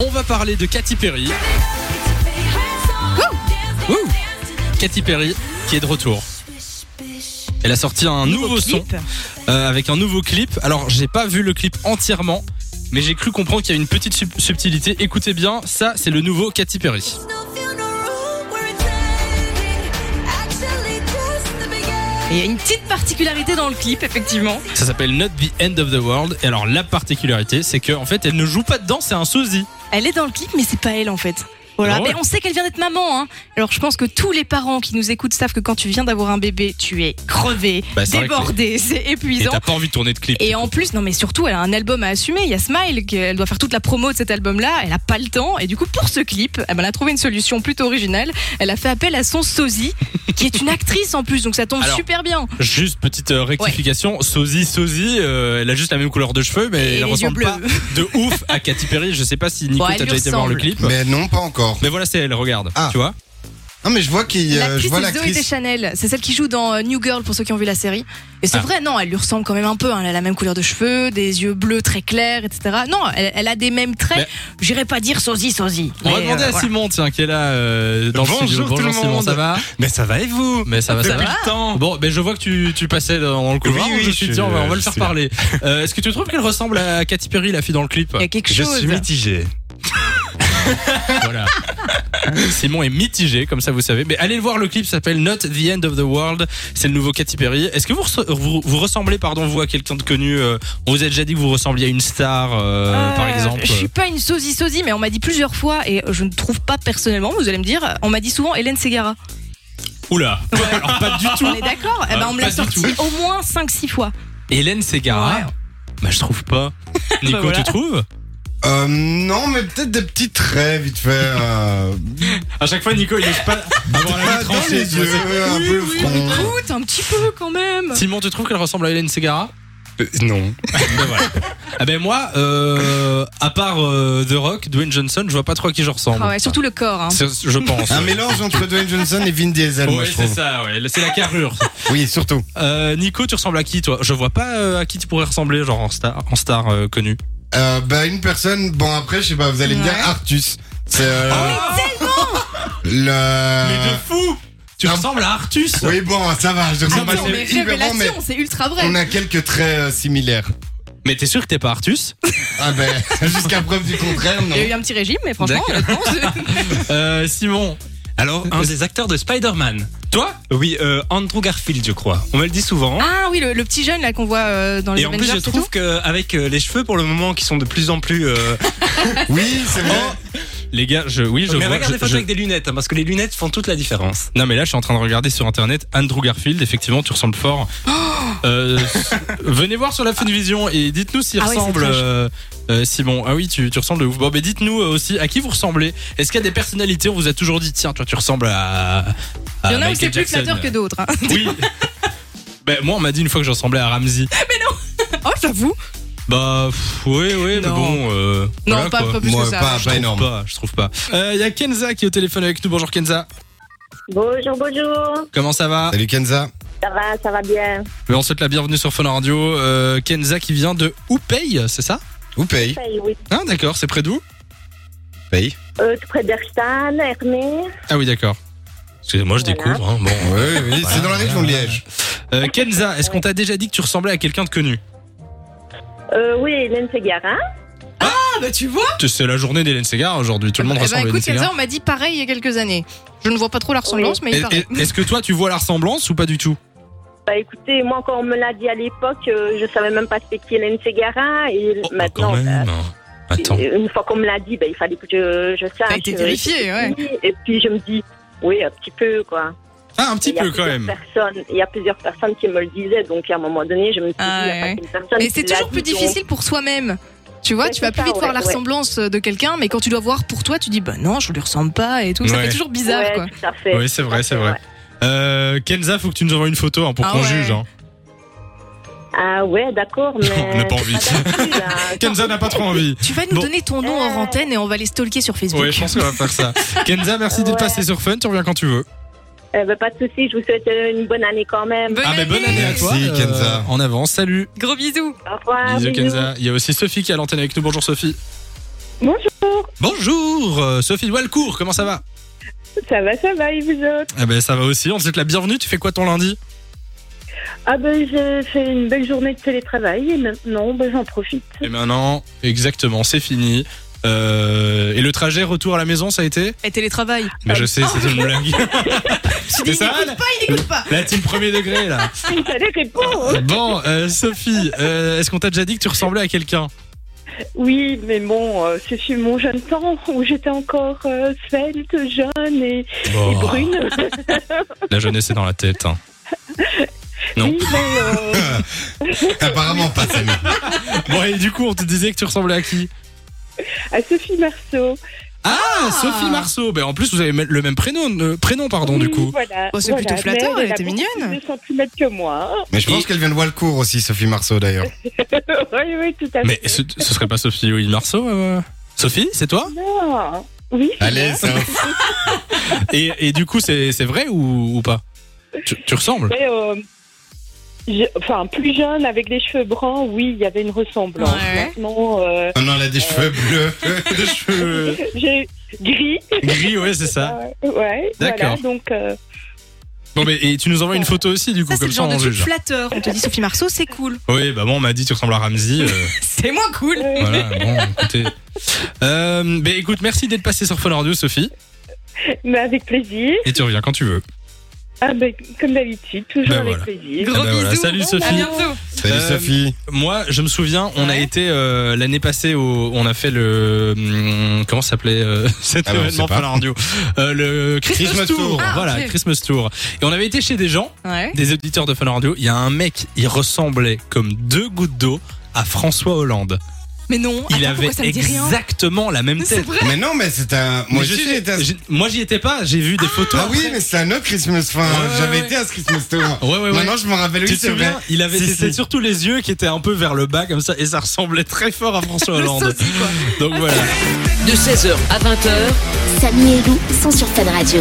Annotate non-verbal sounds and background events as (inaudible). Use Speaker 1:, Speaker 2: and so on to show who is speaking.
Speaker 1: On va parler de Katy Perry. Wouh Katy Perry qui est de retour. Elle a sorti un nouveau, son
Speaker 2: clip.
Speaker 1: euh, avec un nouveau clip. Alors j'ai pas vu le clip entièrement, mais j'ai cru comprendre qu'il y a une petite sub- subtilité. Écoutez bien, ça c'est le nouveau Katy Perry.
Speaker 2: Et Il y a une petite particularité dans le clip, effectivement.
Speaker 1: Ça s'appelle Not the End of the World. Et alors la particularité, c'est que en fait elle ne joue pas dedans, c'est un sosie.
Speaker 2: Elle est dans le clip, mais c'est pas elle en fait. Voilà.
Speaker 1: Ah ouais.
Speaker 2: Mais on sait qu'elle vient d'être maman. Hein. Alors je pense que tous les parents qui nous écoutent savent que quand tu viens d'avoir un bébé, tu es crevé,
Speaker 1: Bah, c'est vrai que-
Speaker 2: débordé, c'est
Speaker 1: Et
Speaker 2: épuisant.
Speaker 1: t'as pas envie de tourner de clip.
Speaker 2: Et en plus, non mais surtout, elle a un album à assumer. Il y a Smile, elle doit faire toute la promo de cet album-là. Elle a pas le temps. Et du coup, pour ce clip, eh ben, elle a trouvé une solution plutôt originale. Elle a fait appel à son sosie, qui est une actrice en plus, donc ça tombe
Speaker 1: Alors,
Speaker 2: super bien.
Speaker 1: Juste petite euh, rectification, sosie sosie, euh, elle a juste la même couleur de cheveux, mais
Speaker 2: Et
Speaker 1: elle
Speaker 2: les
Speaker 1: ressemble
Speaker 2: yeux
Speaker 1: pas de ouf à Katy Perry. Je sais pas si Nico
Speaker 2: Bon,
Speaker 1: t'as
Speaker 2: elle
Speaker 1: déjà
Speaker 2: lui
Speaker 1: été voir le
Speaker 2: ressemble.
Speaker 1: clip.
Speaker 3: Mais non, pas encore.
Speaker 1: Mais voilà, c'est elle, regarde.
Speaker 3: Ah.
Speaker 1: Tu vois
Speaker 3: Non, mais je vois qu'il, euh,
Speaker 2: L'actrice
Speaker 3: je vois
Speaker 2: c'est Zoé
Speaker 3: l'actrice.
Speaker 2: Deschanel, c'est celle qui joue dans euh, New Girl pour ceux qui ont vu la série. Et c'est
Speaker 1: Ah.
Speaker 2: vrai, non, elle lui ressemble quand même un peu. hein. Elle a la même couleur de cheveux, des yeux bleus très clairs, etc. Non, elle, elle a des mêmes traits. J'irais pas dire sosie sosie.
Speaker 1: On va
Speaker 2: mais,
Speaker 1: demander
Speaker 2: euh,
Speaker 1: à
Speaker 2: voilà.
Speaker 1: Simon, tiens, qui est là euh, dans
Speaker 3: Bonjour
Speaker 1: le studio.
Speaker 3: tout le
Speaker 1: Simon,
Speaker 3: monde.
Speaker 1: ça va
Speaker 3: Mais ça va et vous
Speaker 1: Mais ça va, ça
Speaker 2: Depuis
Speaker 1: va. Bon, mais je vois que tu, tu passais dans le couloir.
Speaker 3: Oui,
Speaker 1: donc je
Speaker 3: oui,
Speaker 1: me suis
Speaker 3: je-
Speaker 1: dit, on va, on va le
Speaker 3: je
Speaker 1: faire
Speaker 3: suis là.
Speaker 1: parler. Euh, Est-ce que tu trouves qu'elle ressemble à Katy Perry, la fille dans le clip
Speaker 2: Il y a quelque chose.
Speaker 3: mitigé.
Speaker 1: Voilà. Simon est mitigé, comme ça vous savez. Mais allez le voir, le clip s'appelle Not the End of the World. C'est le nouveau Katy Perry. Est-ce que vous, res- vous, vous ressemblez, pardon, vous à quelqu'un de connu euh, On vous a déjà dit que vous ressembliez à une star, euh,
Speaker 2: Euh,
Speaker 1: par exemple.
Speaker 2: je suis pas une sosie sosie, mais on m'a dit plusieurs fois et je ne trouve pas personnellement. Vous allez me dire, on m'a dit souvent Hélène Ségara.
Speaker 1: Oula, alors pas du
Speaker 2: On
Speaker 1: tout.
Speaker 2: est d'accord Eh ben,
Speaker 1: Ah,
Speaker 2: on me
Speaker 1: pas
Speaker 2: l'a
Speaker 1: du
Speaker 2: sorti
Speaker 1: tout.
Speaker 2: au moins 5-6 fois.
Speaker 1: Hélène Ségara.
Speaker 2: Ouais. Bah,
Speaker 1: Bah je trouve
Speaker 2: (laughs)
Speaker 1: pas. Nico,
Speaker 2: voilà.
Speaker 1: tu trouves
Speaker 3: Euh, non, mais peut-être des petits traits, vite fait. (laughs) euh,
Speaker 1: À chaque fois, Nico, il lève (laughs) Bah, pas avoir la
Speaker 3: pas
Speaker 1: vie
Speaker 3: dans
Speaker 1: tranchée,
Speaker 3: les
Speaker 1: tu vois.
Speaker 3: yeux, un peu le front.
Speaker 2: Écoute, un petit peu quand même.
Speaker 1: Simon, tu trouves qu'elle ressemble à Hélène (laughs) Ségara
Speaker 3: Euh, non.
Speaker 1: Ben voilà. Ah ben moi, euh, à part euh, The Rock, Dwayne Johnson, je vois pas trop à qui je ressemble.
Speaker 2: Ah ouais, surtout le corps. hein.
Speaker 1: C'est- Je (laughs) pense.
Speaker 3: Un mélange entre Dwayne Johnson et Vin Diesel, moi,
Speaker 1: Ah, Ouais,
Speaker 3: je
Speaker 1: c'est
Speaker 3: trouve.
Speaker 1: ça, ouais. c'est la carrure.
Speaker 3: Oui, surtout.
Speaker 1: (laughs) Euh, Nico, tu ressembles à qui, toi Je vois pas euh, à qui tu pourrais ressembler, genre en star, en star euh, connue.
Speaker 3: Euh, bah, une personne, bon, après, je sais pas, vous allez me dire
Speaker 2: Ouais.
Speaker 3: Artus. C'est euh,
Speaker 1: Ah,
Speaker 2: Oh,
Speaker 1: Mais de
Speaker 3: le.
Speaker 1: fou Tu
Speaker 3: Ah,
Speaker 1: ressembles à Artus
Speaker 3: Oui, bon, ça va, je ressemble
Speaker 1: Attends, c'est
Speaker 2: Non,
Speaker 3: à
Speaker 2: Ah, mais
Speaker 3: hyper bon,
Speaker 2: révélation,
Speaker 3: mais
Speaker 2: c'est ultra vrai.
Speaker 3: on a quelques traits euh, similaires.
Speaker 1: Mais t'es sûr que t'es pas Artus
Speaker 3: Ah, ben, (laughs) jusqu'à preuve du contraire, non.
Speaker 2: Il y a eu un petit régime, mais franchement, honnêtement,
Speaker 1: (laughs)
Speaker 2: c'est-
Speaker 1: euh, Simon,
Speaker 4: Alors,
Speaker 1: Euh,
Speaker 4: un des acteurs de Spider-Man.
Speaker 1: toi
Speaker 4: Oui, euh, Andrew Garfield, je
Speaker 2: (laughs)
Speaker 4: crois. On me le dit souvent.
Speaker 2: Ah oui, le, le petit jeune là qu'on voit euh, dans les
Speaker 4: et en plus,
Speaker 2: Avengers
Speaker 4: je
Speaker 2: et tout.
Speaker 4: trouve qu'avec les cheveux, pour le moment, qui sont de plus en plus. euh,
Speaker 3: Oui, c'est vrai.
Speaker 1: Les gars, je, oui, je
Speaker 4: mais
Speaker 1: vois.
Speaker 4: regarde
Speaker 1: je-
Speaker 4: les photos
Speaker 1: je-
Speaker 4: avec des lunettes, hein, parce que les lunettes font toute la différence.
Speaker 1: Non mais là je suis en train de regarder sur internet Andrew Garfield, effectivement tu ressembles fort.
Speaker 2: Oh
Speaker 1: Euh, s- venez voir sur la Funvision et dites-nous s'il
Speaker 2: Ah oui, c'est
Speaker 1: ressemble
Speaker 2: trash.
Speaker 1: euh, euh, Simon. Ah oui tu, tu ressembles de ouf. Bon mais dites-nous euh, aussi à qui vous ressemblez. Est-ce qu'il y a des personnalités on vous a toujours dit tiens toi tu ressembles à... à
Speaker 2: Il y en a où
Speaker 1: Ah, Michael
Speaker 2: c'est plus
Speaker 1: Jackson.
Speaker 2: flatteur que d'autres. hein. (laughs)
Speaker 1: Oui. ben, moi on m'a dit une fois que je ressemblais à Ramsey.
Speaker 2: Oh, j'avoue.
Speaker 1: Bah pff, oui oui mais
Speaker 2: Non.
Speaker 1: bon... euh,
Speaker 2: Non,
Speaker 1: voilà,
Speaker 2: pas,
Speaker 1: quoi.
Speaker 2: pas plus
Speaker 3: Moi,
Speaker 2: que ça.
Speaker 3: pas-
Speaker 1: Je trouve
Speaker 3: énorme.
Speaker 1: pas, je trouve pas. Euh, Il y a Kenza qui est au téléphone avec nous. Bonjour Kenza.
Speaker 5: Bonjour, bonjour.
Speaker 1: Comment ça va
Speaker 3: Salut Kenza.
Speaker 5: Ça va, ça va bien.
Speaker 1: Mais on souhaite la bienvenue sur Fun Radio. Euh, Kenza qui vient de Oupey, c'est ça
Speaker 3: Ou paye.
Speaker 5: Paye, oui.
Speaker 1: Ah d'accord, c'est près d'où
Speaker 3: Paye.
Speaker 5: Euh, tout près d'Erstal, Hermé.
Speaker 1: Ah oui, d'accord. Excusez-moi, je
Speaker 5: Voilà.
Speaker 1: découvre. hein, (laughs) bon.
Speaker 3: Oui, oui, c'est dans la région de Liège.
Speaker 1: Euh, Kenza, est-ce qu'on t'a déjà dit que tu ressemblais à quelqu'un de connu
Speaker 5: Euh, oui, Hélène Segara.
Speaker 2: Ah bah tu vois.
Speaker 1: C'est la journée d'Hélène Segar aujourd'hui. Tout le
Speaker 5: Bah,
Speaker 1: monde
Speaker 2: Eh ben,
Speaker 1: ressemble à Hélène
Speaker 2: écoute, Kenza,
Speaker 1: Segar.
Speaker 2: on m'a dit pareil il y a quelques années. Je ne vois pas trop la ressemblance, mais il paraît.
Speaker 1: Est-ce que toi, tu vois la ressemblance ou pas du tout
Speaker 5: Bah écoutez, moi quand on me l'a dit à l'époque, euh, je savais même pas c'était qui Hélène Segara.
Speaker 1: Oh,
Speaker 5: Et
Speaker 4: Oh,
Speaker 5: maintenant, bah,
Speaker 1: Attends.
Speaker 5: une fois qu'on me l'a dit, bah, il fallait que je, je sache.
Speaker 2: T'as été
Speaker 5: euh,
Speaker 2: vérifié, ouais.
Speaker 5: qui. Et puis je me dis, oui, un petit peu, quoi.
Speaker 1: Ah, un petit
Speaker 5: Il y a
Speaker 1: peu quand
Speaker 5: plusieurs
Speaker 1: même.
Speaker 5: personnes- Il y a plusieurs personnes qui me le disaient, donc à un moment donné, je me suis
Speaker 2: Ah,
Speaker 5: dit, il y a
Speaker 2: ouais.
Speaker 5: pas qu'une personne
Speaker 2: Et
Speaker 5: qui
Speaker 2: c'est
Speaker 5: l'a
Speaker 2: toujours plus
Speaker 5: dit, donc-
Speaker 2: difficile pour soi-même. Tu vois,
Speaker 5: Ouais,
Speaker 2: tu
Speaker 5: c'est
Speaker 2: vas plus
Speaker 5: ça,
Speaker 2: vite voir
Speaker 5: ouais,
Speaker 2: la
Speaker 5: ouais.
Speaker 2: ressemblance de quelqu'un, mais quand tu dois voir pour toi, tu dis bah non, je lui ressemble pas et tout. Ça
Speaker 1: Ouais.
Speaker 2: fait toujours bizarre
Speaker 5: Ouais,
Speaker 2: quoi.
Speaker 5: tout à fait.
Speaker 1: Oui, c'est vrai, c'est vrai.
Speaker 5: Ouais.
Speaker 1: Euh, Kenza, faut que tu nous envoies une photo hein, pour
Speaker 2: Ah
Speaker 1: qu'on
Speaker 2: ouais.
Speaker 1: juge. hein.
Speaker 5: Ah ouais, d'accord, mais.
Speaker 1: (laughs) On n'a pas envie.
Speaker 5: c'est grave, (laughs) là.
Speaker 1: Kenza n'a pas trop envie.
Speaker 2: Tu vas nous
Speaker 1: Bon.
Speaker 2: donner ton nom
Speaker 5: Euh.
Speaker 2: en antenne et on va les stalker sur Facebook.
Speaker 1: (laughs) Ouais, je pense qu'on va faire ça. Kenza, merci d'être
Speaker 5: Ouais.
Speaker 1: passée sur Fun. Tu reviens quand tu veux.
Speaker 5: Eh ben, pas de souci, je vous souhaite euh, une bonne année quand même.
Speaker 2: Bonne
Speaker 1: ah, mais bonne année à toi.
Speaker 3: Merci, Kenza.
Speaker 1: En avance, salut.
Speaker 2: Gros bisous.
Speaker 5: Au revoir.
Speaker 1: Bisous,
Speaker 5: Ah, bisous.
Speaker 1: Kenza. Il y a aussi Sophie qui est à l'antenne avec nous. Bonjour Sophie.
Speaker 5: Bonjour,
Speaker 1: Bonjour, euh, Sophie Walcourt, comment ça va
Speaker 5: ça va, ça va, et vous autres
Speaker 1: Eh ben ça va aussi, on te souhaite la bienvenue, tu fais quoi ton lundi
Speaker 5: Ah ben j'ai fait une belle journée de télétravail et maintenant ben, j'en (laughs) profite.
Speaker 1: Et maintenant, exactement, c'est fini. Euh, et le trajet retour à la maison, ça a été
Speaker 2: Et télétravail.
Speaker 1: Mais je sais, c'est une (laughs) blague. C'était ça
Speaker 2: n'écoute pas, il n'écoute pas.
Speaker 1: la team premier degré là.
Speaker 5: Ça les répond
Speaker 1: Bon, euh, Sophie, euh, est-ce qu'on t'a déjà dit que tu ressemblais à quelqu'un
Speaker 5: Oui, mais bon, euh, c'est sur mon jeune temps où j'étais encore euh, svelte, jeune et, et
Speaker 1: Bon,
Speaker 5: brune.
Speaker 1: La jeunesse est dans la tête. hein. Non.
Speaker 5: Oui, mais, euh,
Speaker 3: Apparemment pas, Samy.
Speaker 1: Bon, et du coup, on te disait que tu ressemblais à qui
Speaker 5: à Sophie Marceau.
Speaker 1: Ah, Sophie Marceau. Ben, en plus, vous avez le même prénom, euh, prénom pardon, du
Speaker 5: Oui,
Speaker 1: coup.
Speaker 5: voilà,
Speaker 2: Oh, c'est
Speaker 5: voilà,
Speaker 2: plutôt flatteur,
Speaker 5: mais
Speaker 2: elle était
Speaker 5: a beaucoup
Speaker 2: mignonne.
Speaker 5: plus de centimètres que moi. (laughs)
Speaker 3: Mais je pense qu'elle vient de Walcourt aussi, Sophie Marceau d'ailleurs.
Speaker 5: oui, oui, tout à
Speaker 1: Mais
Speaker 5: fait.
Speaker 1: ce, ce serait pas Sophie oui, Marceau euh, Sophie, c'est toi
Speaker 5: Non. Oui, c'est
Speaker 3: Allez,
Speaker 5: vrai.
Speaker 3: Sophie.
Speaker 1: et, et du coup, c'est c'est vrai ou, ou pas tu, tu ressembles
Speaker 5: Mais, euh, je- enfin, plus jeune, avec des cheveux bruns, oui, il y avait une ressemblance.
Speaker 2: Ouais.
Speaker 5: Maintenant, euh,
Speaker 3: Non, non, hein, elle a des cheveux bleus.
Speaker 1: Des cheveux
Speaker 5: j'ai gris.
Speaker 1: gris, ouais, c'est ça.
Speaker 5: euh, ouais,
Speaker 1: Ah. D'accord.
Speaker 5: voilà, donc... euh,
Speaker 1: Bon, mais et tu nous envoies une photo aussi, du coup,
Speaker 2: Ça, c'est
Speaker 1: comme
Speaker 2: le
Speaker 1: ça
Speaker 2: genre de
Speaker 1: on
Speaker 2: truc
Speaker 1: juge.
Speaker 2: flatteur. On te dit Sophie Marceau,
Speaker 1: (laughs)
Speaker 2: c'est cool.
Speaker 1: Oui, bah bon, on m'a dit tu ressembles à Ramsey.
Speaker 2: (laughs)
Speaker 1: euh,
Speaker 2: C'est moins cool.
Speaker 5: euh,
Speaker 1: voilà, bon, écoutez. Euh, ben, écoute, merci d'être passé sur Fun Radio, Sophie.
Speaker 5: (laughs) Mais avec plaisir.
Speaker 1: Et tu reviens quand tu veux.
Speaker 5: Ah ben, comme d'habitude, toujours
Speaker 1: Ben
Speaker 5: avec
Speaker 1: voilà.
Speaker 5: plaisir.
Speaker 2: Gros
Speaker 1: Ah ben voilà,
Speaker 2: bisous.
Speaker 1: salut, Sophie.
Speaker 2: À bientôt.
Speaker 3: Salut
Speaker 1: Euh,
Speaker 3: Sophie.
Speaker 1: Moi, je me souviens, on a
Speaker 2: Ouais.
Speaker 1: été euh, l'année passée au, on a fait le hum, comment ça s'appelait euh, (laughs) cet
Speaker 3: Ah bah, on
Speaker 1: événement
Speaker 3: sait pas.
Speaker 1: Fun Radio, Euh, le Christmas,
Speaker 3: Christmas
Speaker 1: Tour,
Speaker 3: Tour.
Speaker 2: Ah,
Speaker 1: voilà
Speaker 2: ok.
Speaker 1: Christmas Tour. Et on avait été chez des gens,
Speaker 2: Ouais.
Speaker 1: des auditeurs de Fun Radio. Il y a un mec, il ressemblait comme deux gouttes d'eau à François Hollande.
Speaker 2: Mais non,
Speaker 1: il
Speaker 2: attends,
Speaker 1: avait
Speaker 2: pourquoi ça me dit rien
Speaker 1: exactement la même
Speaker 2: C'est
Speaker 1: tête.
Speaker 2: vrai
Speaker 3: Mais non, mais c'est un. Moi
Speaker 1: Mais je
Speaker 3: aussi,
Speaker 1: sais,
Speaker 3: j'ai été à ce-
Speaker 1: j'ai- moi, j'y étais pas. J'ai vu des photos.
Speaker 3: Ah oui, mais c'est un autre Christmas. Enfin,
Speaker 1: Ouais, ouais,
Speaker 3: j'avais
Speaker 1: ouais.
Speaker 3: été à ce Christmas Tour.
Speaker 1: Ouais, ouais, ouais.
Speaker 3: Maintenant, je me rappelle,
Speaker 1: Tu
Speaker 3: oui,
Speaker 1: te
Speaker 3: c'est vrai.
Speaker 1: souviens, il avait
Speaker 3: Si,
Speaker 1: c'était
Speaker 3: si.
Speaker 1: surtout les yeux qui étaient un peu vers le bas comme ça et ça ressemblait très fort à François
Speaker 2: Le
Speaker 1: Hollande.
Speaker 2: sosie, quoi.
Speaker 1: Donc voilà.
Speaker 6: De 16h à 20h,
Speaker 7: Samy et Lou sont sur Fan Radio.